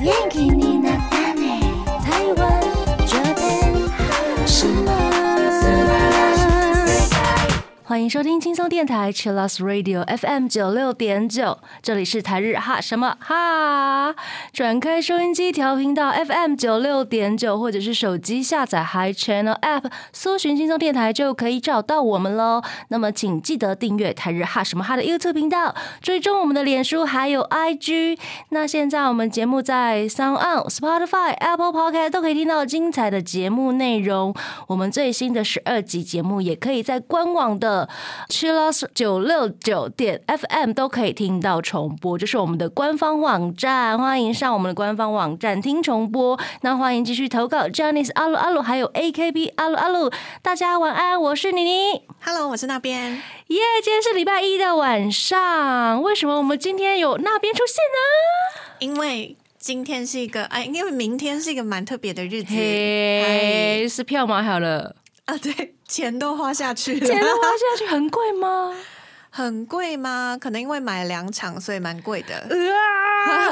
元気になったね台湾这边什么欢迎收听轻松电台 Chillus Radio FM 九六点九，这里是台日哈什么哈。转开收音机调频道 FM 九六点九，或者是手机下载 Hi Channel App，搜寻轻松电台就可以找到我们喽。那么请记得订阅台日哈什么哈的 YouTube 频道，追踪我们的脸书还有 IG。那现在我们节目在 Sound On、Spotify、Apple Podcast 都可以听到精彩的节目内容。我们最新的十二集节目也可以在官网的 Chillus 九六九点 FM 都可以听到重播，这是我们的官方网站，欢迎上我们的官方网站听重播。那欢迎继续投稿 j a n i c e 阿鲁阿鲁，还有 AKB 阿鲁阿鲁，大家晚安，我是妮妮。 Hello，我是那边。耶、今天是礼拜一的晚上，为什么我们今天有那边出现呢？因为今天是一个哎，因为明天是一个蛮特别的日子。哎嘿，是票买好了，哎啊，对，钱都花下去了，钱都花下去很贵吗？ 很贵吗？可能因为买两场，所以蛮贵的。呃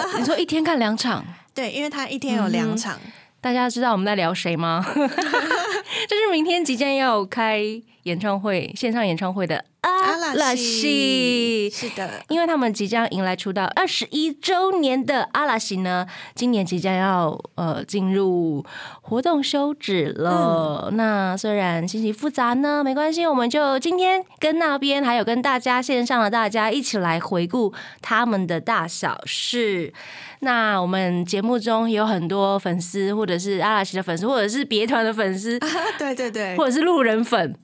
啊， 你说一天看两场，对，因为他一天有嗯两场。大家知道我们在聊谁 吗？就是明天即将要开演唱会，线上演唱会的阿阿啊拉啊拉西西，是的，因为他们即将迎来出道二十一周年的阿拉西呢，今年即将要呃进入活动休止了。那虽然信息复杂呢，没关系，我们就今天跟那边还有跟大家线上的大家一起来回顾他们的大小事。那我们节目中有很多粉丝，或者是阿拉西的粉丝，或者是别团的粉丝，啊对对对，或者是路人 粉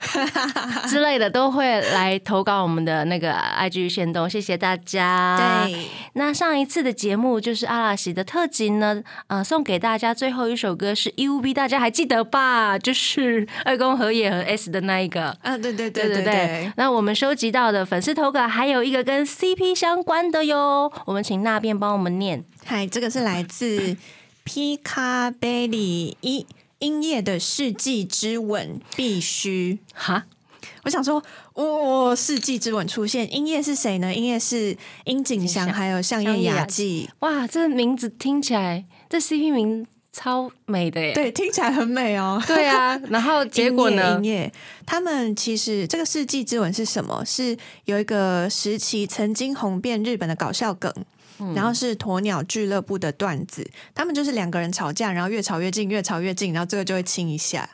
之类的，都会来投稿我们的那个 IG 线动，谢谢大家。，对，那上一次的节目就是阿拉西的特辑呢，呃，送给大家最后一首歌是 UB，大家还记得吧？就是二宫和也和 S 的那一个。啊，对对对对对对对对，，那我们收集到的粉丝投稿还有一个跟 CP 相关的哟，我们请那边帮我们念。嗨，这个是 来自皮卡贝里一音乐的世纪之吻，必须。哈，我想说，哦，世纪之吻出现，音乐是谁呢？音乐是樱井井香，祥还有相相叶叶雅雅纪。哇，这名字听起来，这 CP 名超美的耶。对，听起来很美哦。对啊， 然后结果呢音？乐，他们其实这个世纪之吻是什么？是有一个时期曾经红遍日本的搞笑梗。嗯然后是鸵鸟俱乐部的段子，他们就是两个人吵架，然后越吵越近，越吵越近，然后最后就会亲一下。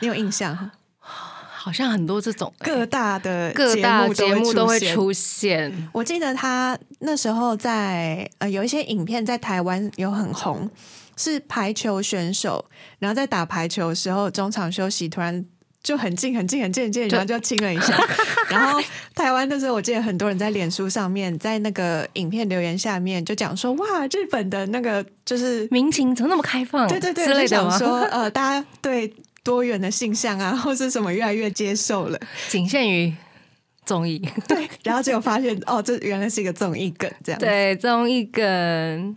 你有印象哈？好像很多这种欸各大的各大节节目都会现出现，我记得他那时候在呃有一些影片在台湾有很红，是排球选手，然后在打排球的时候中场休息突然。就很近很近很近很近，就然后就亲了一下。 然后台湾那时候，我记得很多人在脸书上面，在那个影片留言下面就讲说：“哇，日本的那个就是民情怎么那么开放？对对对，嗯之类的就想吗？说呃，大家对多元的性向啊，或是什么越来越接受了。” 仅限于综 艺，对，然后结果发现哦，这原来是一个综艺梗，这样子对综艺梗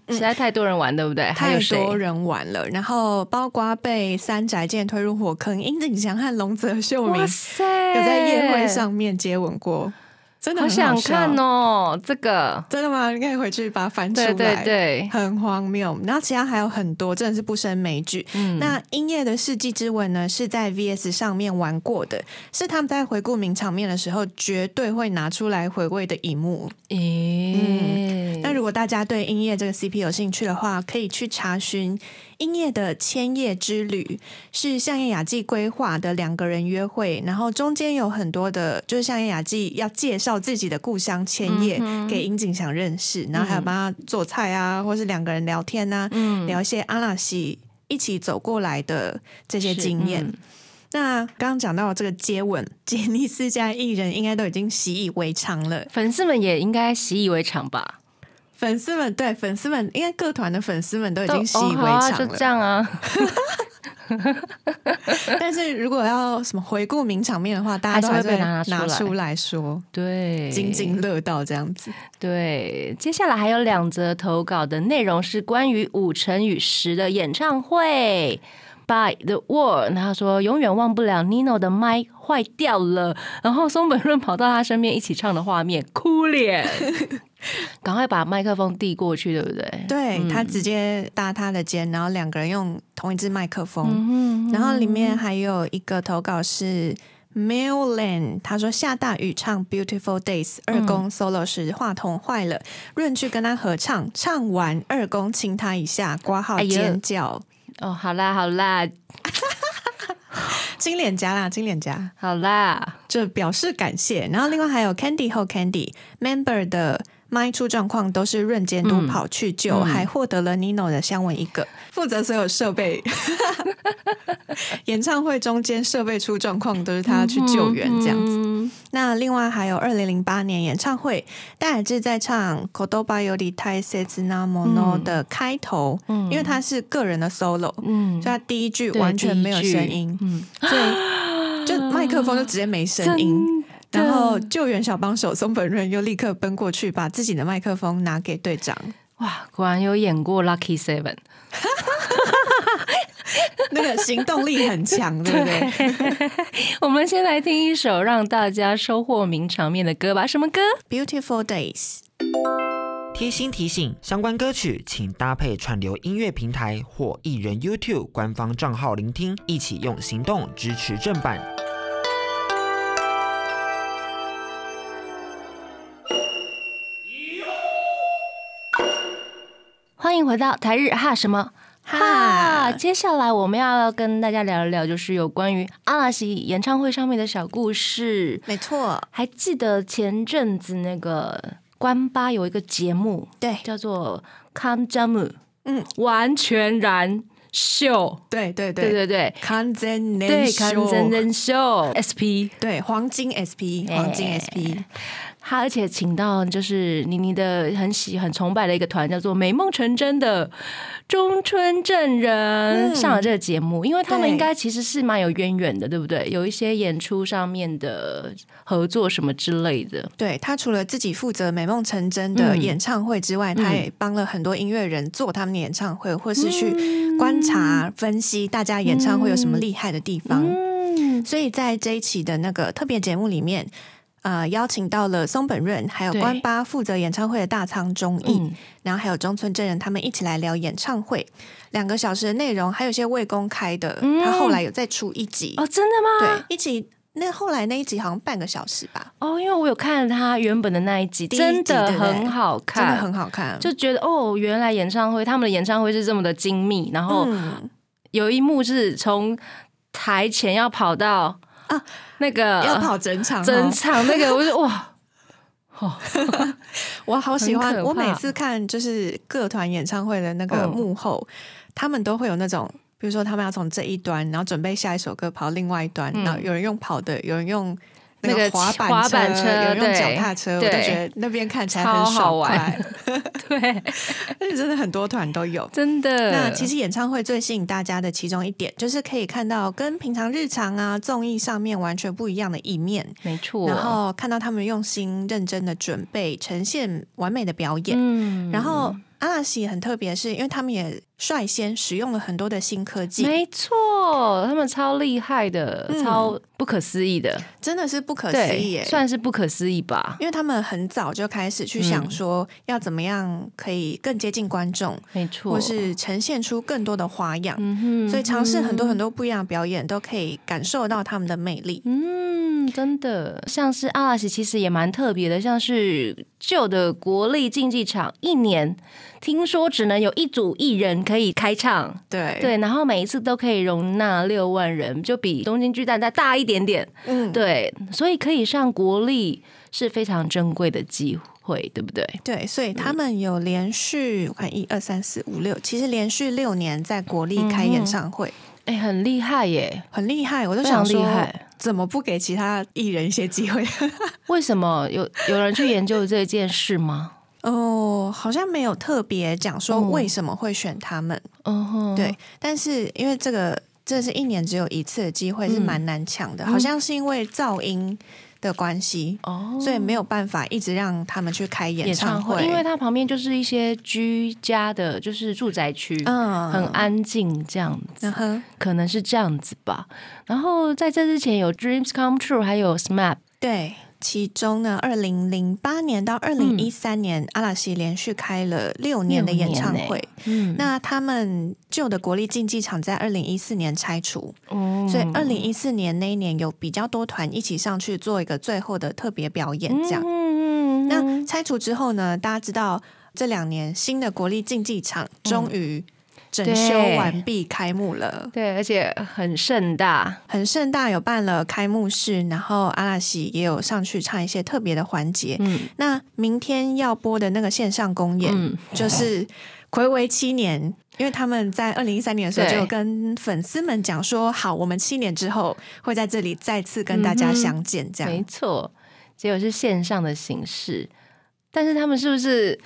实在太多人玩，对不对？还嗯太有谁？多人玩了，然后包括被三宅健推入火坑，殷景祥和龙泽秀明哇有塞，在宴会，上面接吻过，真的好很想笑看！哦，这个，真的吗？你可以回去把它翻出来，对对对，很荒谬。然后其他还有很多，真的是不胜枚举。嗯那《音乐的世纪之吻》呢，是在 VS 上面玩过的，是他们在回顾名场面的时候，绝对会拿出来回味的一幕。咦，嗯那如果大家对音乐这个 CP 有兴趣的话，可以去查询《音乐的千叶之旅》，是相叶雅纪规划的两个人约会，然后中间有很多的，就是相叶雅纪要介绍自己的故乡千叶、嗯给樱井想认识，然后还有帮他做菜啊，或是两个人聊天啊，嗯聊一些阿拉西一起走过来的这些是经验。嗯那刚刚讲到这个接吻， 杰尼斯家艺人应该都已经习以为常了。粉丝们也应该习以为常吧？粉丝们对粉丝们，应该各团的粉丝们都已都经习以为哦好啊常就了。这样啊，但是如果要什么回顾名场面的话，大家都还是会还是被会拿出来拿出来说，对，津津乐道这样子。对，接下来还有两则投稿的内容是关于五乘与十的演唱会。By the World，然后说永远忘不了 Nino 的麦 坏掉了，然后松本润跑到他身边一起唱的画面，哭脸。赶快把麦克风递过去，对不对？嗯对、他直接搭他的肩，然后两个人用同一支麦克嗯风，然后里面还有一个投稿是 Milan，他说下大雨唱 Beautiful Days，二嗯公 solo 时话筒坏了，润去跟他合唱，唱完二公亲他一下，挂号哎呦尖叫，哦，好啦，好啦，金脸颊啦，金脸颊。好啦，这表示感谢。然后另外还有 Candy 后 Candy member 的。麦出状况都是润监督跑去救，嗯还获得了 Nino 的香吻一个，负责所有设备。演唱会中间设备出状况都是他去救援嗯这样子。那另外还有二零零八年演唱会，戴尔智在唱《Kodoba Yori Tai s e t s n a Mono》的开头，因为他是个人的 solo，嗯所以，他第一句对完全没有第一句声音。嗯，所以就麦克风就直接没声音。真的然后救援小帮手松本润又立刻奔过去，把自己的麦克风拿给队 长。哇，果然有演过 Lucky Seven，那个行动力很强，对不对？ 我们先来听一首让大家收获名场面的歌吧。什么歌？ Beautiful Days。贴心提醒：相关歌曲请搭配串流音乐平台或艺人 YouTube 官方账号聆听，一起用行动支持正版。欢迎回到台日哈什么哈。哈接下来我们要跟大家聊一聊，就是有关于阿拉西演唱会上面的小故事。没错，还记得前阵子那个关八有一个节目对叫做《康詹姆》，嗯，完全燃秀，对对对对对对完全燃对，烧康真真秀 SP。对黄金 SP 黄金哎 SP，他而且请到就是妮妮的很喜很崇拜的一个团，叫做美梦成真的中村正人、上了这个节目，因为他们对应该其实是蛮有渊源的，对不对？有一些演出上面的合作什么之类的，对他除了自己负责美梦成真的嗯演唱会之外，他也帮了很多音乐人做他们的演唱会，或是嗯去观察分析大家演唱会有什么厉害的地方。嗯，所以在这一期的那个特别节目里面，呃，邀请到了松本润，还有对关八负责演唱会的大仓忠义，嗯然后还有中村真人他们一起来聊演唱会两个小时的内容，还有一些未公开的，嗯他后来有再出一集，哦，真的吗？对，一集那后来那一集好像半个小时吧，哦，因为我有看他原本的那一集，第一集真的对不对很好真的看，很好看，就觉得哦，原来演唱会他们的演唱会是这么的精密，然后嗯。有一幕是从台前要跑到啊那个要跑整场、哦，整场那个，我就 哇，我好很喜可欢。怕哦我每次看就是各团演唱会的那个幕后，他们都会有那种，比如说他们要从这一端，然后准备下一首歌跑到另外一端，嗯然后有人用跑的，有人用那个个滑板滑板车有人用对脚踏车，我就对觉得那边看起来很超好爽玩快， 对，而且真的很多团都 有。真的。那其实演唱会最吸引大家的其中一点，就是可以看到跟平常日常啊综艺上面完全不一样的一面，没错，然后看到他们用心认真的准备，呈现完美的表演。嗯然后阿拉西也很特别，是因为他们也率先使用了很多的新科技，没错，他们超厉害的，嗯超不可思议的，真的是不可思议对，耶！算是不可思议吧，因为他们很早就开始去嗯想说，要怎么样可以更接近观众，没错，或是呈现出更多的花样，嗯哼所以尝试很多嗯很多不一样的表演，都可以感受到他们的魅力。嗯，真的，像是阿拉西其实也蛮特别的，像是旧的国立竞技场，一年听说只能有一组艺人可以开唱，对，对，然后每一次都可以容纳六万人，就比东京巨蛋再大一点点，嗯，对，所以可以上国立是非常珍贵的机会，对不对？对，所嗯以他们有连续我看一二三四五六，其实连续六年在国立开演唱会，哎，很厉害耶，很厉害。我就非常想厉说，害。怎么不给其他艺人一些机会？ 为什么有有人去研究这件事吗？哦，好像没有特别讲说哦为什么会选他们，嗯哼，对，。但是因为这个，这是一年只有一次的机会，嗯是蛮难抢的。好像是因为噪音的关系，哦，所以没有办法一直让他们去开演演唱会，因为它旁边就是一些居家的，就是住宅区，嗯很安静这样子，嗯哼，可能是这样子吧。然后在这之前有 Dreams Come True，还有 SMAP。对其中呢，二零零八年到二零一三年，阿拉西连续开了六年的演唱六年会。嗯那他们旧的国立竞技场在二零一四年拆除，哦所以二零一四年那一年有比较多团一起上去做一个最后的特别表演，这样。嗯嗯嗯那拆除之后呢，大家知道这两年新的国立竞技场终于整修对完毕开幕了。对，而且很盛大，很盛大，有办了开幕式，然后阿拉西也有上去唱一些特别的环节。嗯那明天要播的那个线上公演，嗯，就是暌违七年，因为他们在二零一三年的时候对就有跟粉丝们讲说，好，我们七年之后会在这里再次跟大家相见，这样。没错，结果是线上的形式，但是他们是不是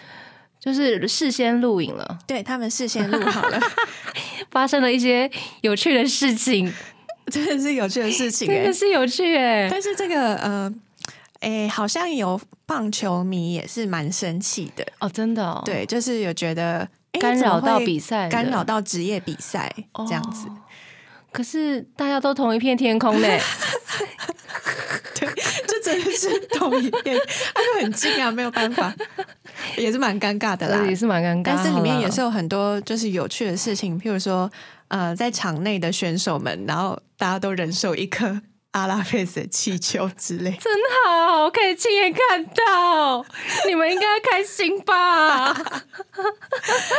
就是事先录影了，对他们事先录好 了，发生了一些有趣的事 情，真的是有趣的事情、真欸的。是有趣哎、但是这个呃，哎、好像有棒球迷也是蛮生气的，哦，真的、哦，，对，就是有觉得、诶干扰到比赛，赛，哦干扰。到职业比赛这样子。可是大家都同一片天空 嘞，这真的是同一片，他就很近啊，没有办法，也是蛮尴尬的啦这。也是蛮尴尬。但是里面好啦。也是有很多就是有趣的事情，譬如说，呃，在场内的选手们，然后大家都忍受一颗阿拉菲斯的气球之类 真好，可以亲眼看到，你们应该开心 吧？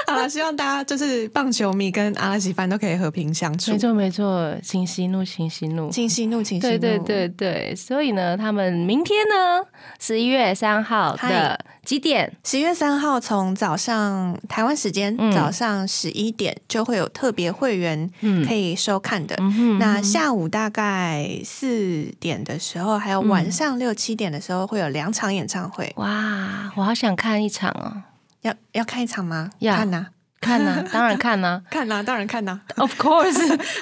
好了，希望大家就是棒球迷跟阿拉西fan 都可以和平相处没。错没错，请息怒，请息怒。请息怒，请息对怒。对对对，所以呢，他们明天呢，十一月三号的几点？十月三号从早上台湾时间嗯早上十一点就会有特别会员嗯可以收看的。嗯哼那下午大概四点的时候，还有晚嗯上六七点的时候会有两场演唱会。哇，我好想看一场哦，要要看一场吗？要看啊呐、看呐、 当然看啊呐、看呐、当然看呐、 o f course，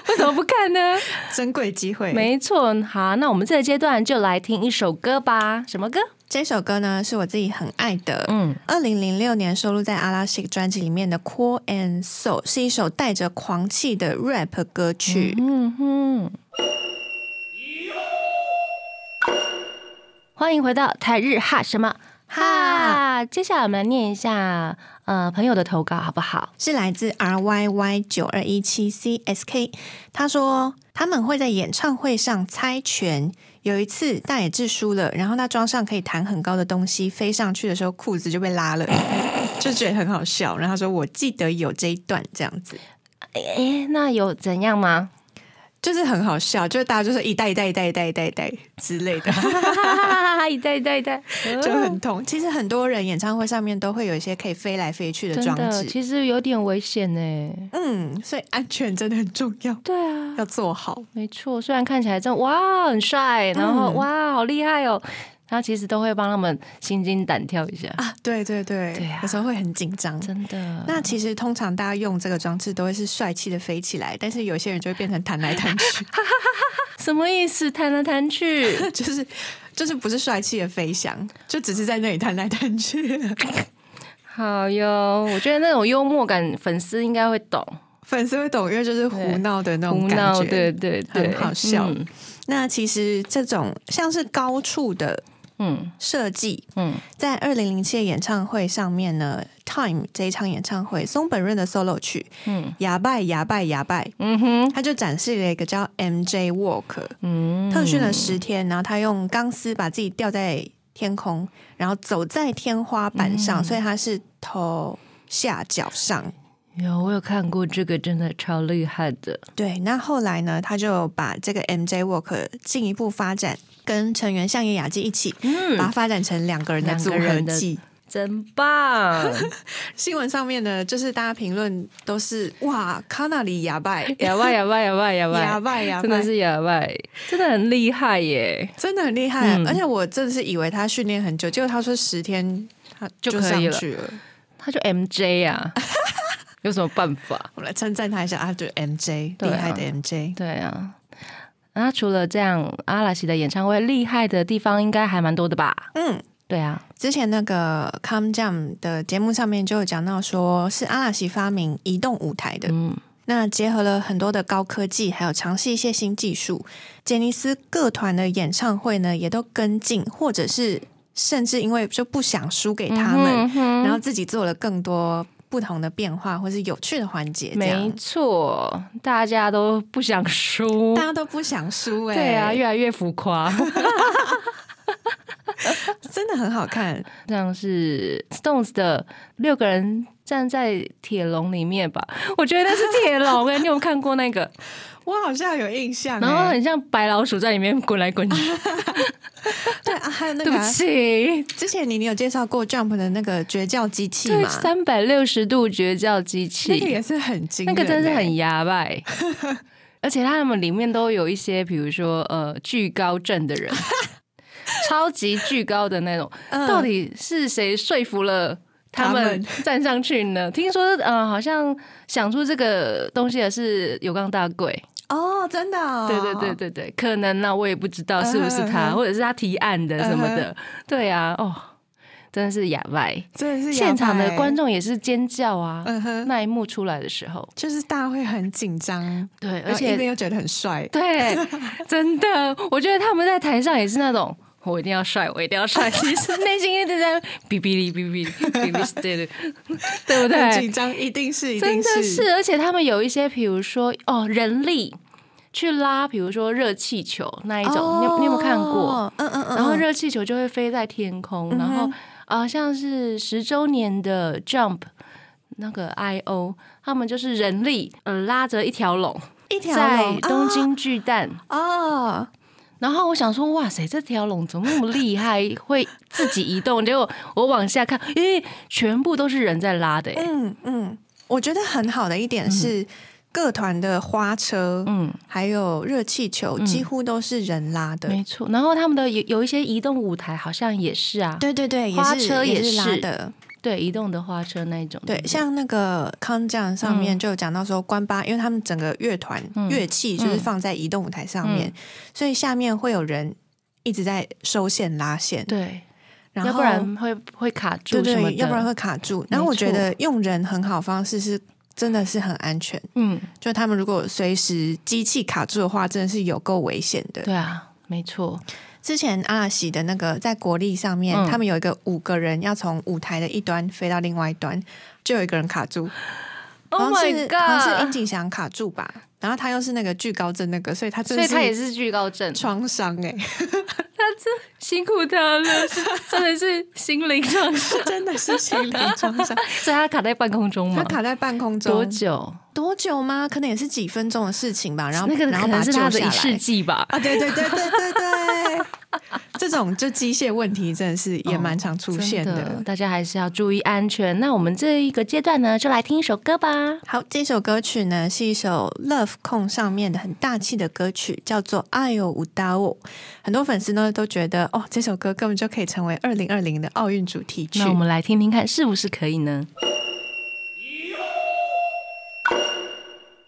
为什么不看呢？珍贵机 会。没错，好，那我们这个阶段就来听一首歌吧，什么歌？这首歌呢是我自己很爱的。嗯，二零零六年收录在阿拉西专辑里面的《Cool and Soul》是一首带着狂气的 rap 歌曲。嗯哼。欢迎回到台日哈什么哈？接下来我们来念一下呃朋友的投稿好不好？是来自 R Y Y 九二一七 C S K。他说他们会在演唱会上猜拳。有一次大野智输了，然后他装上可以弹很高的东西飞上去的时候，裤子就被拉了， 就觉得很好笑。然后他说我记得有这一段这样子。诶，那有怎样吗？就是很好笑，就是大家就是一代一代一代一代一代一代之 类的， 一代一代一代，就很痛。其实很多人演唱会上面都会有一些可以飞来飞去的真装的，置，其实有点危险呢。嗯，所以安全真的很重要，对啊，要做好。没错，虽然看起来真的哇很帅，然后、嗯哇好厉害哦，然后其实都会帮他们心惊胆跳一下，啊，对对对，对啊有时候会很紧张。真的。那其实通常大家用这个装置都会是帅气的飞起来，但是有些人就会变成弹来 弹去，什么意思？弹来弹去， 就是就是不是帅气的飞翔，就只是在那里弹来 弹去。好哟，我觉得那种幽默感，粉丝应该会懂。粉丝会懂，因为就是胡闹的那种胡感闹，觉。对对对，很好笑嗯那其实这种像是高处的嗯设计，嗯在二零零七的演唱会上面呢，Time 这一场演唱会，松本润的 solo 曲嗯《牙拜牙拜牙拜》，嗯哼，他就展示了一个叫 MJ Walk。嗯，特训了十天，然后他用钢丝把自己吊在天空，然后走在天花板上，嗯所以他是头下脚上。有我有看过这个，真的超厉害 的。对，那后来呢，他就把这个 MJ Walk 进一步发展，跟成员相野雅纪一起。把它嗯，发展成两个人的两组个合人的技。真棒！新闻上面呢，就是大家评论都是哇，卡纳里 牙拜，哑巴哑巴哑巴哑牙巴，拜牙真的拜，是哑巴，真的很厉害 耶！真的很厉害啊、嗯而且我真的是以为他训练很久，结果他说十天他就可上以了去了。他就 MJ 啊， 有什么办法？我们来称赞他一下啊，对 MJ 对厉啊害的 MJ，对啊。那除了这样，阿拉西的演唱会厉害的地方应该还蛮多的吧？嗯。对啊，之前那个 Come Jam 的节目上面就有讲到，说是阿拉西发明移动舞台的，嗯，那结合了很多的高科技，还有尝试一些新技术，杰尼斯各团的演唱会呢也都跟进，或者是甚至因为就不想输给他们，嗯哼然后自己做了更多不同的变化或是有趣的环节，这没样错，大家都不想输大，家都不想输哎、对啊，越来越浮夸。 真的很好看，像是 Stones 的六个人站在铁笼里面吧，我觉得那是铁笼 哎、你有没有看过那个？我好像有印象、然后哎很像白老鼠在里面滚来滚 去。啊对啊，还有那对个不啊、起，之前你你有介绍过 Jump 的那个绝叫机器对，嘛？三百六十度绝叫机那个器，也是很惊那人、个真是哎很牙吧、 而且他们里面都有一些，比如说呃，巨高症的人， 超级巨高的那种，嗯到底是谁说服了他他们们站上去 呢？听说，呃，好像想出这个东西的是有冈大贵，哦，真的、哦，对对对对对，可能呢、我也不知道是不是嗯他，哼嗯嗯哼或者是他提案的什么的。对啊，哦，真的是哑巴。真的是现场的观众，众也是尖叫啊！嗯哼，那一幕出来的时候，就是大家会很紧张，对，而而且一边且又觉得很帅， 对，真的，我觉得他们在台上也是那种。我一定要帅，我一定要帅。 其实内心一直在哔哔哩哔哔哩哔哔哩，对对，对不很对紧？张，一定是，一真定的是，而且他们有一些，比如说哦，人力去拉，比如说热气球那一种，你有你有没有看过？哦？嗯嗯嗯，然后热气球就会飞在天空，然后啊、呃像是十周年的 Jump 那个 I O，他们就是人力呃拉着一条龙一条在龙啊东京巨蛋。哦，然后我想说，哇塞，这条龙怎么那么厉害，会自己移动？ 结果我往下看，咦，全部都是人在拉的、欸，嗯嗯，我觉得很好的一点是。各团的花车，嗯，还有热气球，嗯几乎都是人拉的。没错。然后他们的有有一些移动舞台，好像也是啊，对对对，也花是车也也是拉是的。对，移动的花车那一种。对，不像那个康将上面就有讲到说，关八，因为他们整个乐团嗯乐器就是放在移动舞台上面，所以下面会有人一直在收线拉线，对，然后要不然会会卡对住什么的，对，要不然会卡住。然后我觉得用人很好方式是。真的是很安全，嗯，就他们如果随时机器卡住的话，真的是有够危险的。对啊，没错，之前阿拉西的那个在国立上面，嗯他们有一个五个人要从舞台的一端飞到另外一端，就有一个人卡住，好 Oh 像 my 是、好像是 god 殷景祥卡住吧，然后他又是那个惧高症那个，所以他真所的以是他也是惧高症，创伤 哎，辛苦他 了，是真的是心灵上，所真的是心理创伤。以他卡在半空中 他吗？卡在半空中多久？多久吗？可能也是几分钟的事情吧。然后那个然后可把能是他的救下一来世纪吧。啊，对对对对对 对，这种就机械问题真的是也蛮常出现哦真的。大家还是要注意安全。那我们这一个阶段呢，就来听一首歌吧。好，这首歌曲呢是一首 Love 控上面的很大气的歌曲，叫做《爱有舞蹈》。很多粉丝呢都觉得，哦，这首歌根本就可以成为二零二零的奥运主题曲那。我们来听听看，是不是可以呢？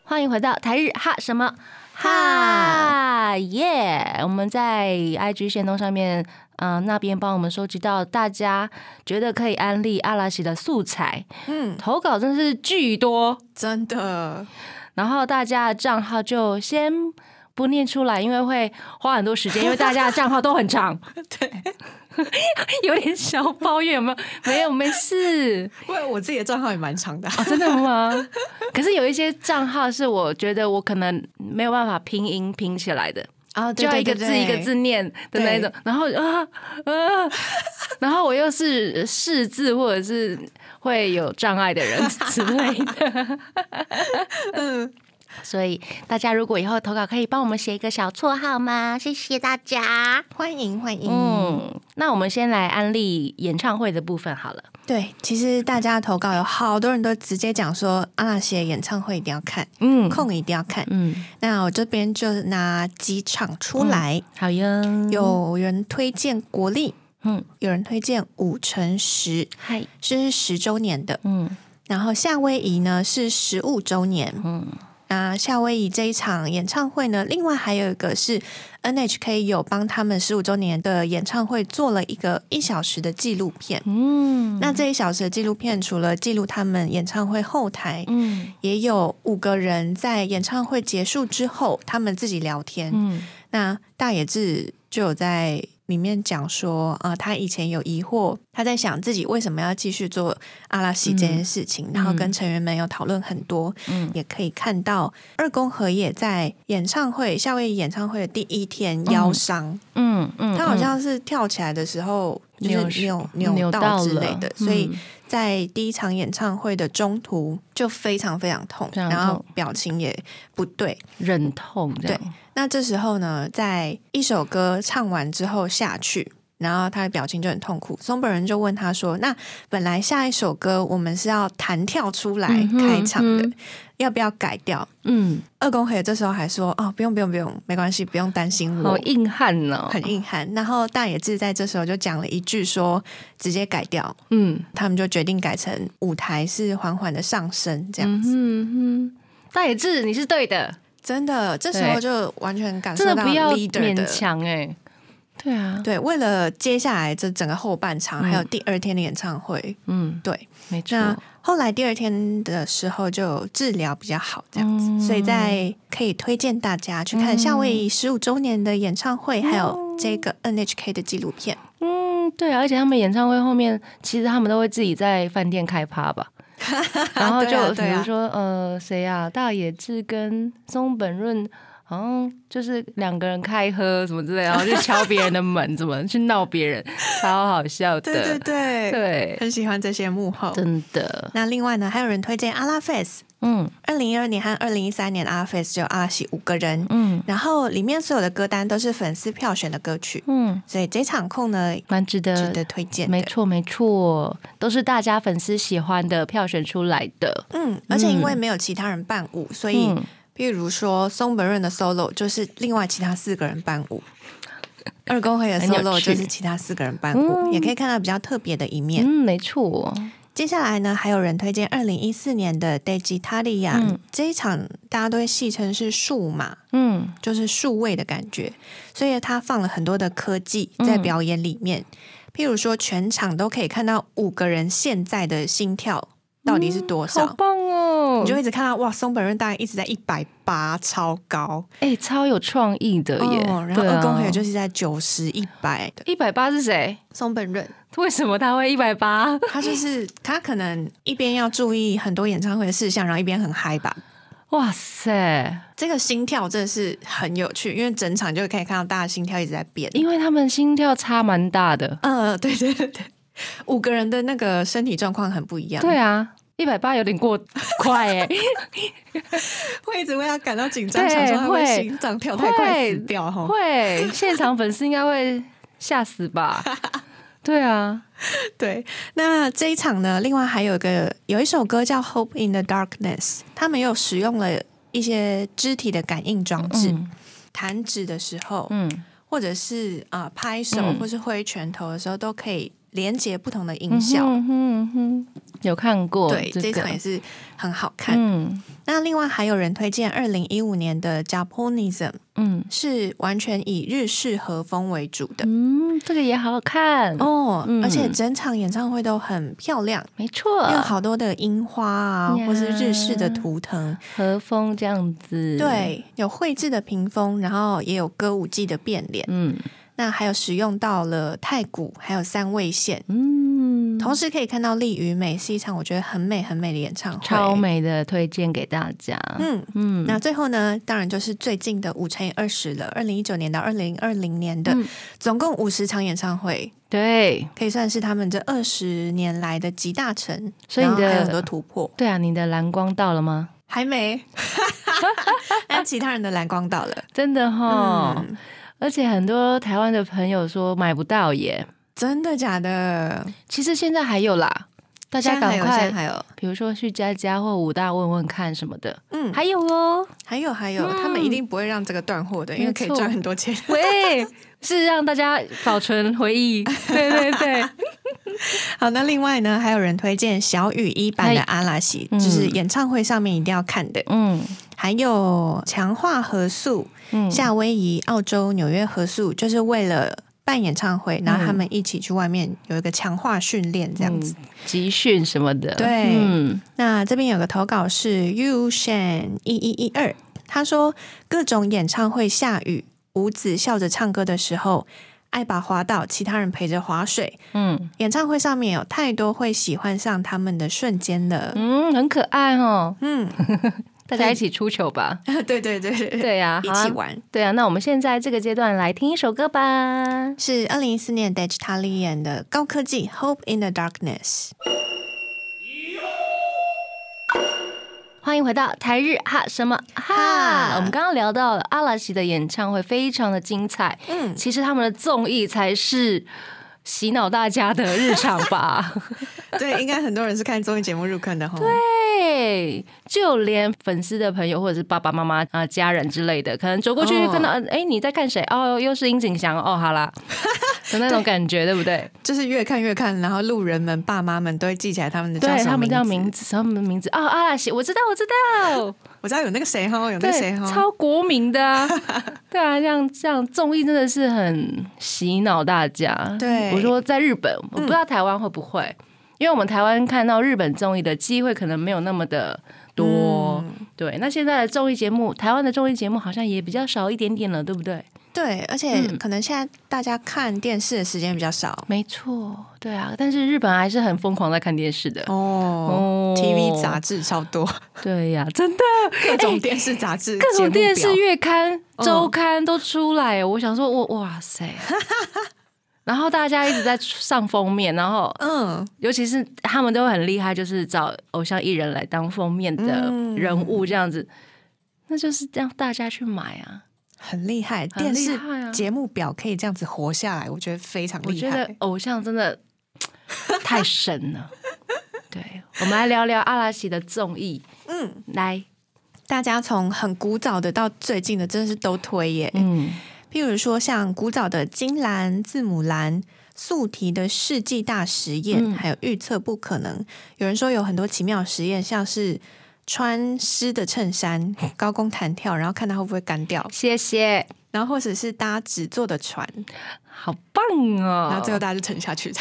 欢迎回到台日哈什么哈耶！我们在 IG 线动上面，嗯、那边帮我们收集到大家觉得可以安利阿拉西的素材，嗯，投稿真是巨多。真的，然后大家的账号就先不念出来，因为会花很多时间，因为大家的账号都很 长，对，有点小抱怨，有没有？没有，没事。因为我自己的账号也蛮长的。哦，真的吗？ 可是有一些账号是我觉得我可能没有办法拼音拼起来的，啊，就要一个字一个字念的那一种。然后啊啊，然后我又是识字或者是会有障碍的 人之类的。嗯，所以大家如果以后投稿，可以帮我们写一个小绰号吗？谢谢大家。欢迎欢迎。嗯，那我们先来安利演唱会的部分好了。对，其实大家投稿有好多人都直接讲说，阿拉西的演唱会一定要看，嗯空一定要看。嗯，那我这边就拿几场出来，好哟。有人推荐国立，嗯，有人推荐五乘十，嗨，是十周年的，嗯然后夏威夷呢是十五周年，嗯。那夏威夷这一场演唱会呢，另外还有一个是 NHK 有帮他们十五周年的演唱会做了一个一小时的纪录片。嗯，那这一小时的纪录片除了记录他们演唱会后台，嗯也有五个人在演唱会结束之后，他们自己聊天。嗯那大野智就有在里面讲说，啊、他以前有疑惑，他在想自己为什么要继续做阿拉西这件事情，然后跟成员们有讨论很多，嗯也可以看到二宫和也在演唱会夏威夷演唱会的第一天腰伤，嗯嗯，他好像是跳起来的时候。就是扭扭扭到之了类的，所以嗯在第一场演唱会的中途就非常非常痛，非常然后痛表情也不对，忍痛这样。那这时候呢，在一首歌唱完之后下去，然后他的表情就很痛苦。松本人就问他说：“那本来下一首歌我们是要弹跳出来嗯哼开场的，嗯要不要改掉嗯，？”二宫和也这时候还说：“哦，不用不用不用，没关系，不用担心好我。”硬哦汉呢、很硬汉，然后大野智在这时候就讲了一句说，直接改掉，嗯他们就决定改成舞台是缓缓的上升这样。嗯哼嗯哼，大野智你是对的，真的，这时候对就完全感受真到的不要 leader 勉的强哎、对啊，对，为了接下来这整个后半场，还有第二天的演唱会，嗯，对，啊没错，那后来第二天的时候就治疗比较好，这样子，嗯所以在可以推荐大家去看夏威夷十五周年的演唱会，还有这个 NHK 的纪录片。嗯，对啊，而且他们演唱会后面，其实他们都会自己在饭店开趴 吧。然后就对啊比对啊如说，呃，谁啊，大野智跟松本润，好像就是两个人开喝什么之类，然后去敲别人的门，怎么去闹别人，超好笑的。对对很喜欢这些幕后。真的，那另外呢，还有人推荐阿拉 face，嗯二零一二年和二零一三年的阿拉 face 只有阿拉西五个人，嗯然后里面所有的歌单都是粉丝票选的歌曲，嗯，所以这场控呢蛮值得，值得推荐的。没错没错，都是大家粉丝喜欢的票选出来的。嗯，而且因为没有其他人伴舞，所以嗯譬如说松本润的 solo 就是另外其他四个人伴 舞，二宫和也的很有 solo 趣就是其他四个人伴舞，也可以看到比较特别的一面。嗯，没错，接下来呢，还有人推荐二零一四年的 d e j i t a l i a 这一场，大家都会戏称是数码，嗯就是数位的感觉，所以他放了很多的科技嗯在表演里面，譬如说全场都可以看到五个人现在的心跳到底是多少。好棒哦！你就一直看到哇，松本润大概一直在一百八，超高哎、超有创意的耶！啊哦。然后二宫和也就是是在九十、一百的一百八是谁？松本润，为什么他会一百八？他就是他可能一边要注意很多演唱会的事项，然后一边很嗨吧。哇塞！这个心跳真的是很有趣，因为整场就可以看到大家心跳一直在变。因为他们心跳差蛮大的。呃，对对对对，五个人的那个身体状况很不一样，对啊，一百八有点 过快哎、会一直为他感到紧张，对想说他会会心脏跳太快会死掉哈。会现场粉丝应该会吓死 吧？对啊，对，那这一场呢，另外还有一个有一首歌叫《Hope in the Darkness》，他们又使用了一些肢体的感应装置，嗯弹指的时候，嗯或者是啊、呃拍手、嗯或是挥拳头的时候，都可以连接不同的音嗯效。哼嗯哼，有看过对，这这一个场也是很好看。嗯那另外还有人推荐二零一五年的 Japanism，嗯是完全以日式和风为主的。嗯，这个也好好看哦，哦，嗯而且整场演唱会都很漂亮，没错，有好多的樱花啊呀或是日式的图腾，和风这样子，，对，有绘制的屏风，然后也有歌舞伎的变脸，嗯那还有使用到了太鼓，还有三味线，嗯，同时可以看到丽与美是一场我觉得很美很美的演唱会，超。美的推荐给大家。嗯，嗯那最后呢，当然就是最近的五乘以二十了，二零一九年到二零二零年的、嗯总共五十场演唱会，对可以算是他们这二十年来的集大成，所以你的然后还有很多突破，对啊，你的蓝光到了吗？还没，但其他人的蓝光到了，真的哈、嗯而且很多台湾的朋友说买不到耶。真的假的？其实现在还有啦，大大家赶还有，快，还有，比如说去佳佳或武大问问看什么的，嗯，还有哦，还有还有，他们一定不会让这个断货的，因为可以没错赚很多钱。喂，是让大家保存回 忆。对对对， 好，那另外呢，还有人推荐小雨一版的嗨阿拉西，嗯就是演唱会上面一定要看的，嗯，还有强化合宿，嗯夏威夷、澳洲、纽约合宿，就是为了办演唱会，然后他们一起去外面有一个强化训练这样子。嗯集训什么的，对嗯，那这边有个投稿是 You Shan 一一一二，他说各种演唱会下雨，五子笑着唱歌的时候，爱把滑倒，其他人陪着划水。嗯演唱会上面有太多会喜欢上他们的瞬间了。嗯，很可爱哦，嗯， 大家一起出糗吧， 对对对对，对呀、一好啊起玩。对啊，那我们现在这个阶段来听一首歌吧。是二零一四年 d e j t a l i a n 的高科技《Hope in the Darkness》。欢迎回到台日哈什么哈哈？我们刚刚聊到了阿拉西的演唱会非常的精彩，嗯，其实他们的综艺才是洗脑大家的日常吧。对，应该很多人是看综艺节目入坑的哈。对，对，就连粉丝的朋友或者是爸爸妈妈啊、家人之类的，可能走过去哦看到，哎、你在看谁？哦，又是殷景祥哦，好 啦，的那种感觉，对不对？就是越看越看，然后路人们、爸妈们都会记起来他们的 叫对什么他们叫名名字。字，什么名字？哦，阿拉西，我知道，我知道。我知道有那个谁哈，有那个谁对，哈。超国民的 啊！对啊，这样这样综艺真的是很洗脑大家。对嗯我说在日本，我不知道台湾会不会，因为我们台湾看到日本综艺的机会可能没有那么的多。嗯对，那现在的综艺节目，台湾的综艺节目好像也比较少一点点了，对不对？对，而且嗯可能现在大家看电视的时间比较少没错，对啊，但是日本还是很疯狂在看电视的。哦哦 TV 杂志超多，对呀、真的，各种电视杂志、哎各种电视节目表月刊、嗯周刊都出来，我想说，我哇 塞！然后大家一直在上封面，然后嗯，尤其是他们都很厉害，就是找偶像艺人来当封面的人物这样子，嗯那就是让大家去买啊。很厉害，很电厉视害啊节目表可以这样子活下来，我觉得非常我厉觉得害。偶像真的太神 了。对，我们来聊聊阿拉西的综艺，嗯，来，大家从很古早的到最近的，真的是都推耶。嗯譬如说，像古早的金兰、字母兰、素提的世纪大实验，嗯还有预测不可能。有人说有很多奇妙实验，像是穿湿的衬衫、 高空弹跳，然后看它会不会干掉，谢谢，然后或者是搭纸做的船，好棒哦，然后最后大家就沉下去。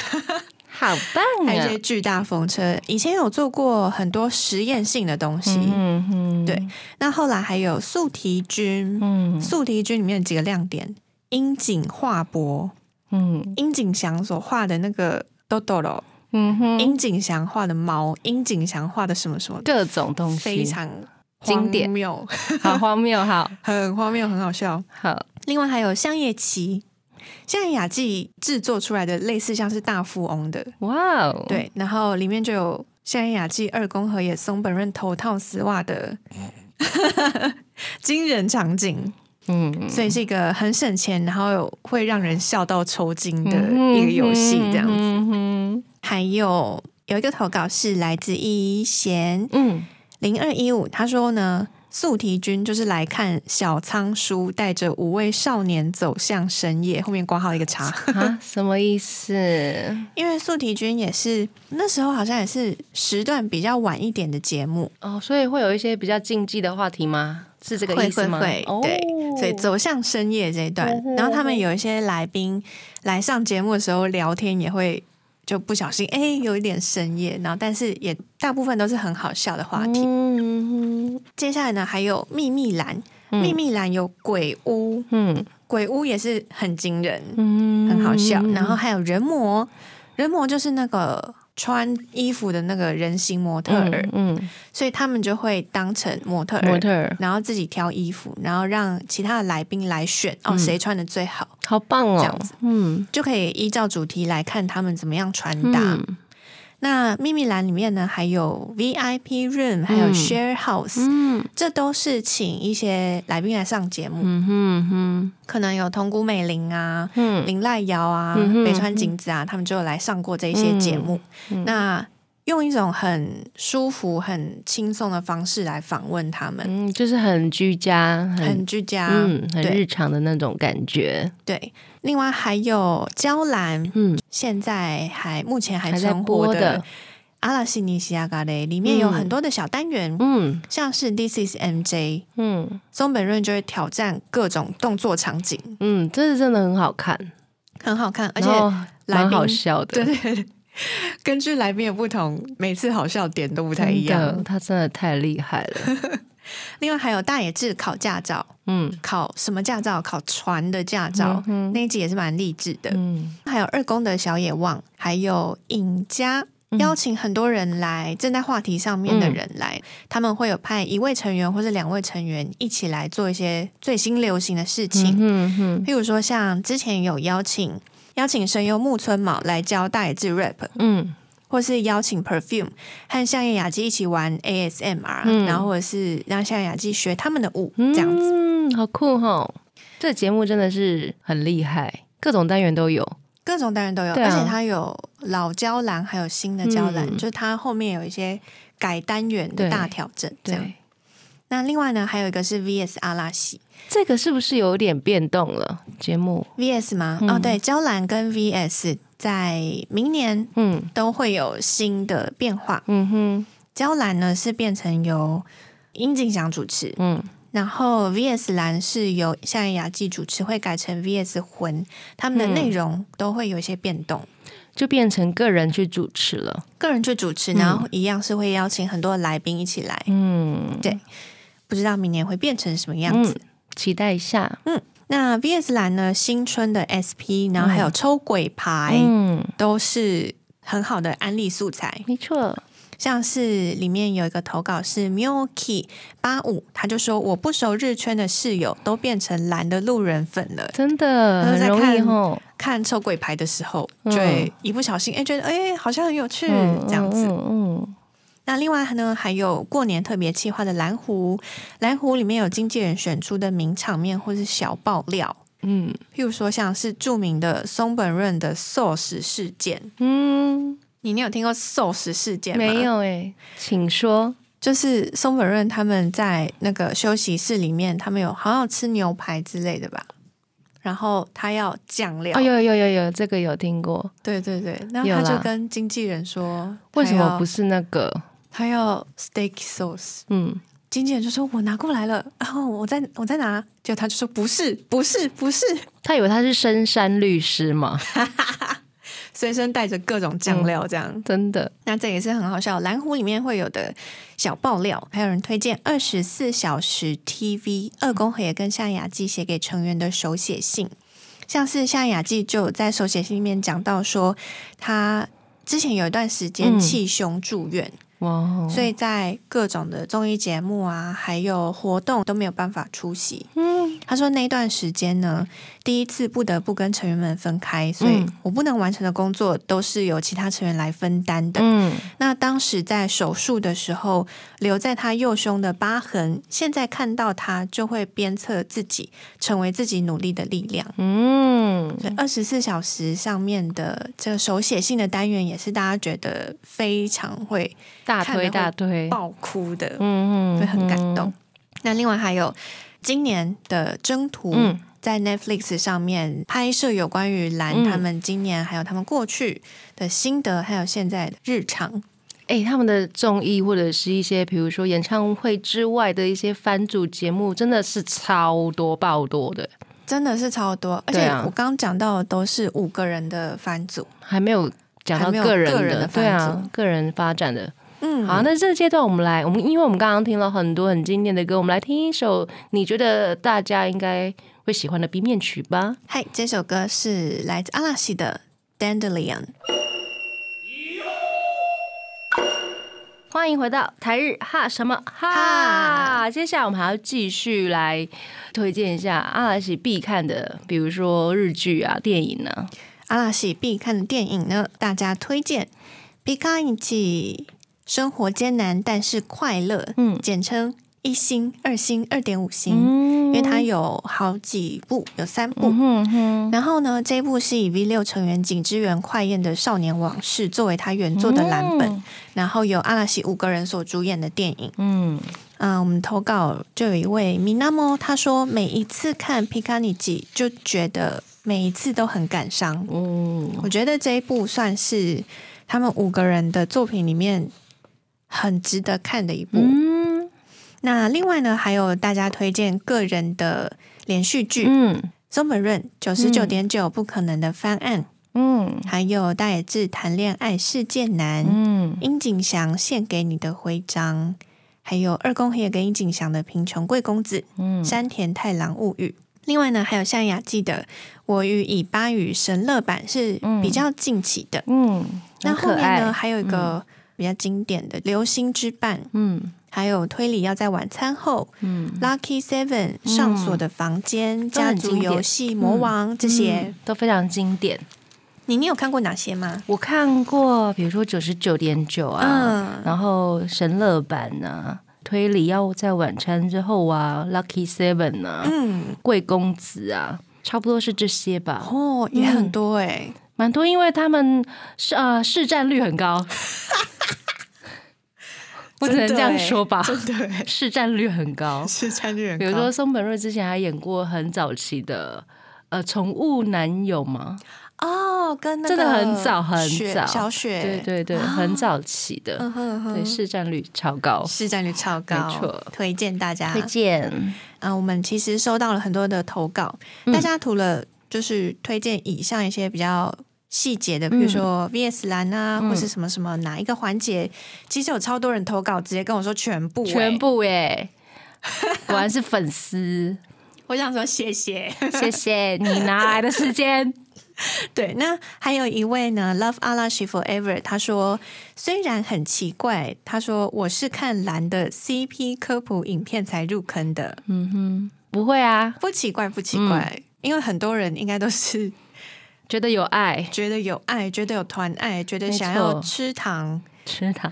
好棒还有一啊些，巨大风车，以前有做过很多实验性的东西。嗯嗯对，那后来还有素提菌，嗯素提菌里面有几个亮点：樱井画博。嗯樱井翔所画的那个豆豆咯，嗯哼，樱井翔画的猫，樱井翔画的什么什么，各种东西，非常经典荒谬，好荒谬，好很荒谬，很好笑。好，另外还有香叶琪，香叶雅纪制作出来的类似像是大富翁的，哇哦，，对，然后里面就有香叶雅纪、二宫和也、松本润头套丝袜的 惊人场景，嗯，所以是一个很省钱，然后有会让人笑到抽筋的一个游戏，这样子。嗯还有有一个投稿是来自一贤嗯零二一五，他说呢，素提君就是来看小仓叔带着五位少年走向深夜，后面挂号一 个叉，啊，什么意思？因为素提君也是那时候好像也是时段比较晚一点的节目，哦，所以会有一些比较禁忌的话题吗？是这个会意思会吗？会，哦对，所以走向深夜这一段嗯，哼然后他们有一些来宾来上节目的时候聊天也会。就不小心哎、有一点深夜，然后但是也大部分都是很好笑的话题。嗯接下来呢，还有秘密栏，嗯秘密栏有鬼屋，嗯鬼屋也是很惊人，嗯很好笑。然后还有人魔，人魔就是那个穿衣服的那个人形模特儿，嗯，所以他们就会当成模特儿，模特儿然后自己挑衣服，然后让其他的来宾来选嗯哦，谁穿的最好，好棒哦，这样子嗯，就可以依照主题来看他们怎么样穿嗯搭。那秘密栏里面呢，还有 VIP room，还有嗯 share house，、嗯这都是请一些来宾来上节目，嗯哼哼可能有桐谷美玲啊、嗯林濑遥啊、嗯哼嗯北川景子啊，他们就有来上过这一些节目。那用一种很舒服、很轻松的方式来访问他们，嗯，就是很居家，很很居家。嗯很日对常的那种感觉，对，另外还有娇兰，嗯，现在还目前还还在存活播的的。阿拉西尼西亚嘎雷》里面有很多的小单元，嗯像是 This is MJ，嗯松本润就会挑战各种动作场景，嗯，这是真的很好看，很好看，而且然后来蛮宾好笑的，对对对，根据来宾的不同，每次好笑点都不太一真的，样。他真的太厉害了，另外还有大野智考驾照，嗯考什么驾照？考船的驾照，嗯哼那一集也是蛮励志的。嗯还有二宫的小野望，还有尹家。嗯邀请很多人来，正在话题上面的人来，他们会有派一位成员或是两位成员一起来做一些最新流行的事情。嗯嗯譬如说，像之前有邀请邀请声优木村卯来教大野智 rap，嗯或是邀请 Perfume 和向野雅纪一起玩 ASMR，、嗯然后或者是让向野雅纪学他们的舞，嗯，这样子。嗯，好酷哈！这节目真的是很厉害，各种单元都有，各种单元都有，对啊而且它有老娇兰，还有新的娇兰，嗯就是它后面有一些改单元的对大调整。这样，对，那另外呢，还有一个是 VS 阿拉西这个是不是有点变动了？节目， ，VS 吗？嗯哦，对，娇兰跟 VS 在明年嗯都会有新的变化。嗯哼，娇兰呢是变成由殷景祥主持，嗯然后 VS 蓝是由夏妍雅纪主持，会改成 VS 魂，他嗯们的内容都会有一些变动。就变成个人去主持了，个人去主持，嗯然后一样是会邀请很多来宾一起来，嗯，对不知道明年会变成什么样子。嗯期待一下，那 VS 蓝呢，新春的 SP，然后还有抽鬼牌，嗯，都是很好的安利素材。没错，像是里面有一个投稿是 Milky 八五，他就说我不熟日圈的室友都变成蓝的路人粉了。真的他都很在容易看吼，看抽鬼牌的时候，嗯就会一不小心哎、觉得哎、好像很有趣、嗯这样子。嗯嗯那另外呢，还有过年特别企划的蓝湖，蓝湖里面有经纪人选出的名场面或是小爆料，嗯譬如说像是著名的松本润的 sauce 事件。嗯你你有听过 sauce 事件嗯，吗？没，有哎，请说，就是松本润他们在那个休息室里面，他们有好像有吃牛排之类的吧，然后他要酱料，哦，有有有有，这个有听过，对对对，那有他就啦跟经纪人说，为什他么要不是那个？他要 steak sauce，嗯，经纪人就说：“我拿过来了，然、后我再我再拿。”结果他就说：“不是，不是，不是。他以为他是深山律师嘛？”随身带着各种酱料，这样、 真的，那这也是很好笑。蓝湖里面会有的小爆料，还有人推荐二十四小时 TV 二宫和也跟夏雅纪写给成员的手写信，像是夏雅纪就有在手写信里面讲到说，他之前有一段时间嗯气胸住院，哇哦，所以在各种的综艺节目啊，还有活动都没有办法出席。嗯他说那一段时间呢，第一次不得不跟成员们分开，所以嗯我不能完成的工作都是由其他成员来分担的。嗯，那当时在手术的时候，留在他右胸的疤痕，现在看到它就会鞭策自己，成为自己努力的力量。嗯，所以二十四小时上面的这个手写信的单元，也是大家觉得非常会大看得推会大推，爆哭的。嗯会很感动。。那另外还有今年的征途。嗯在 Netflix 上面拍摄有关于蓝嗯他们今年还有他们过去的心得，还有现在的日常。哎、他们的综艺或者是一些，比如说演唱会之外的一些番组节目，真的是超多爆多的，真的是超多，而对且啊我刚刚讲到的都是五个人的番组，还没有讲到还没有个人的，个人的番对啊组，个人发展的。嗯，好，那这个阶段我们来，我们因为我们刚刚听了很多很经典的歌，我们来听一首你觉得大家应该会喜欢的 B 面曲吧。嗨，这首歌是来自阿拉西的《Dandelion》。欢迎回到台日哈什么哈哈？接下来我们还要继续来推荐一下阿拉西必看的，比如说日剧啊、电影啊。阿拉西必看的电影呢，大家推荐《皮卡一起生活艰难但是快乐》，嗯简称一星、二星、二点五星，嗯因为它有好几部，有三部。嗯哼，然后呢，这一部是以 V 六成员井之源快彦的《少年往事》作为他原作的蓝本，然后由阿拉西五个人所主演的电影。嗯嗯，我们投稿就有一位 Minamo，他说每一次看《皮卡尼吉》就觉得每一次都很感伤。嗯我觉得这一部算是他们五个人的作品里面很值得看的一部。嗯那另外呢，还有大家推荐个人的连续剧，嗯松本润九十九点九不可能的方案，嗯还有大野智谈恋爱事件男，嗯，樱井翔献给你的徽章，还有二宫也跟樱井翔的贫穷贵公子，嗯山田太郎物语。另外呢，还有像雅纪的《我与以巴与神乐版》是比较近期的。嗯，那很后可面爱呢，，还有一个比较经典的《流星之伴》，嗯还有推理要在晚餐后，嗯， Lucky Seven、上锁的房间、都家很族经典游戏、魔王、这些，嗯都非常经典。你你有看过哪些吗？我看过，比如说九十九点九啊，嗯然后神乐版啊，推理要在晚餐之后啊，Lucky Seven 啊，嗯，贵公子啊，差不多是这些吧，哦，也很多哎、 蛮多，因为他们是呃市占率很 高，我只能这样说吧，真的欸市占率很高。是参与人比如说松本润之前还演过很早期的呃宠物男友嘛，哦，跟那个真的很早很雪早小雪，对，对对，很早期的啊嗯，哼哼，对市占率超高，市占率超高，没错推荐大家推荐。啊，我们其实收到了很多的投稿，嗯大家除了就是推荐以上一些比较细节的，比嗯如说 VS 栏啊，或是什么什么哪一个环节，其实有超多人投稿，直接跟我说全部、欸全。部耶，果然是粉丝，我想说谢 谢。谢谢你拿来的时间。对，那还有一位呢，Love Alashi Forever，他说虽然很奇怪，他说我是看蓝的 CP 科普影片才入坑的，嗯不会啊，不奇怪，不奇怪。因为很多人应该都是觉得有爱觉得有爱，觉得有团爱，觉得没想错要吃糖， 吃 糖，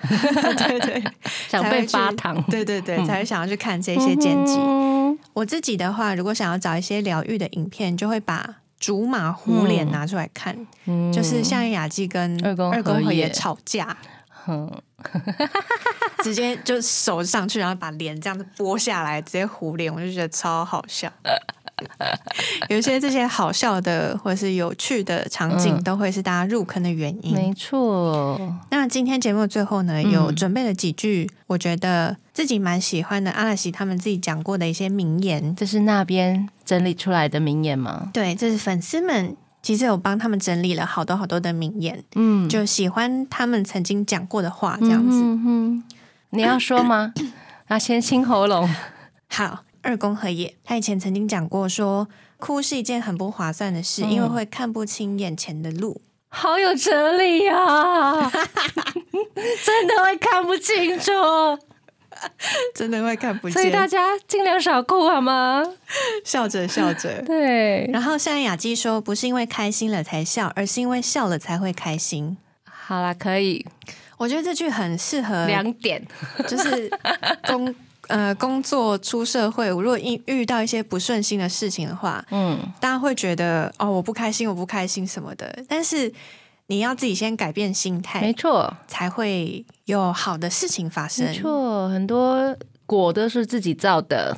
对对， 想被发才糖会去。对对对，才会想要去看这些剪辑。嗯我自己的话，如果想要找一些疗愈的影片，就会把竹马狐脸拿出来看，就是像雅纪跟嗯二宫和也和也吵架，嗯直接就手上去，然后把脸这样子拨下来，直接糊脸，我就觉得超好 笑。有一些这些好笑的或者是有趣的场嗯景，都会是大家入坑的原因。没错，那今天节目的最后呢，有准备了几句，我觉得自己蛮喜欢的阿拉西他们自己讲过的一些名言。这是那边整理出来的名言吗？对，这是粉丝们其实有帮他们整理了好多好多的名言，嗯，就喜欢他们曾经讲过的话，这样子。嗯哼，你要说吗？ 那先清喉咙。好，二宫和也，他以前曾经讲过说，哭是一件很不划算的事，因为会看不清眼前的路。好有哲理啊！ 真的会看不清楚， 真的会看不所以大家尽量少哭好吗？笑 着笑着。对，然后像雅姬说，不是因为开心了才笑，而是因为笑了才会开心。好啦，可以我觉得这句很适合两点，就是 工呃工作出社会，如果遇遇到一些不顺心的事情的话，嗯，大家会觉得哦我不开心，我不开心什么的。但是你要自己先改变心没态，错，才会有好的事情发生。没错，很多果都是自己造 的。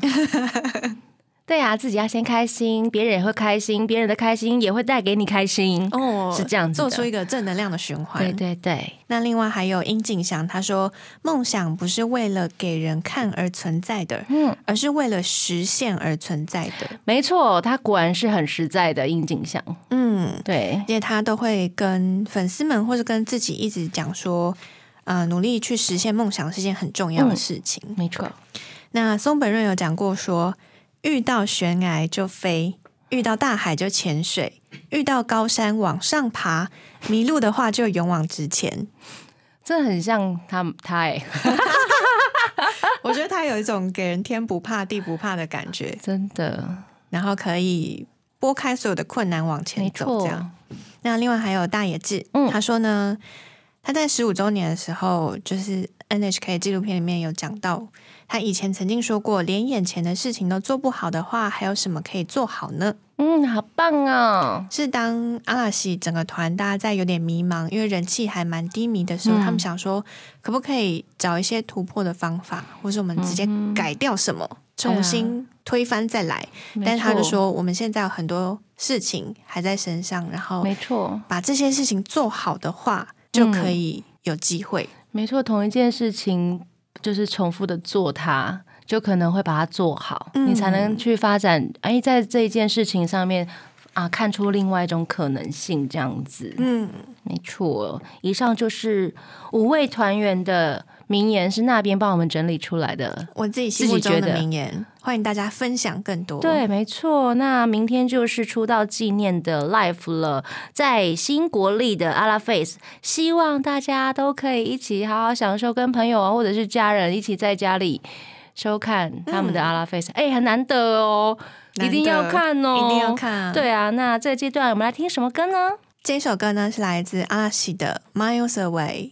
对呀、自己要先开心，别人也会开心，别人的开心也会带给你开心。哦是这样子的做出一个正能量的循环。对对对，那另外还有殷景祥，他说梦想不是为了给人看而存在的，嗯而是为了实现而存在的。没错，他果然是很实在的应景象。嗯，对而，且他都会跟粉丝们或者跟自己一直讲说，呃，努力去实现梦想是件很重要嗯的事情。没错，那松本润有讲过说，遇到悬崖就飞，遇到大海就潜水，遇到高山往上爬，迷路的话就勇往直前。这很像他他 哎、我觉得他有一种给人天不怕地不怕的感觉，真的然后可以拨开所有的困难往前没走，这错样。。那另外还有大野智，嗯他说呢，他在十五周年的时候，就是 NHK 纪录片里面有讲到，他以前曾经说过，连眼前的事情都做不好的话，还有什么可以做好呢？嗯，好棒哦！是当阿拉西整个团大家在有点迷茫，因为人气还蛮低迷的时候，他们想说，可不可以找一些突破的方法，或是我们直接改掉什么，重新推翻再来？但是他就说，我们现在有很多事情还在身上，然后没错，把这些事情做好的话，就可以有机会。没错，同一件事情就是重复的做它，就可能会把它做好，嗯你才能去发展。哎，在这一件事情上面啊，看出另外一种可能性，这样子。嗯，没错，以上就是五位团员的名言，是那边帮我们整理出来的。我自己心目中的名言，欢迎大家分享更多。对，，没错。那明天就是出道纪念的 Life 了，在新国立的阿拉 Face，希望大家都可以一起好好享受，跟朋友啊或者是家人一起在家里收看他们的嗯阿拉 Face，哎、很难得哦，一定要看哦，一定要。看。，对啊，那这阶段我们来听什么歌呢？这首歌呢是来自阿拉西的《Miles Away》。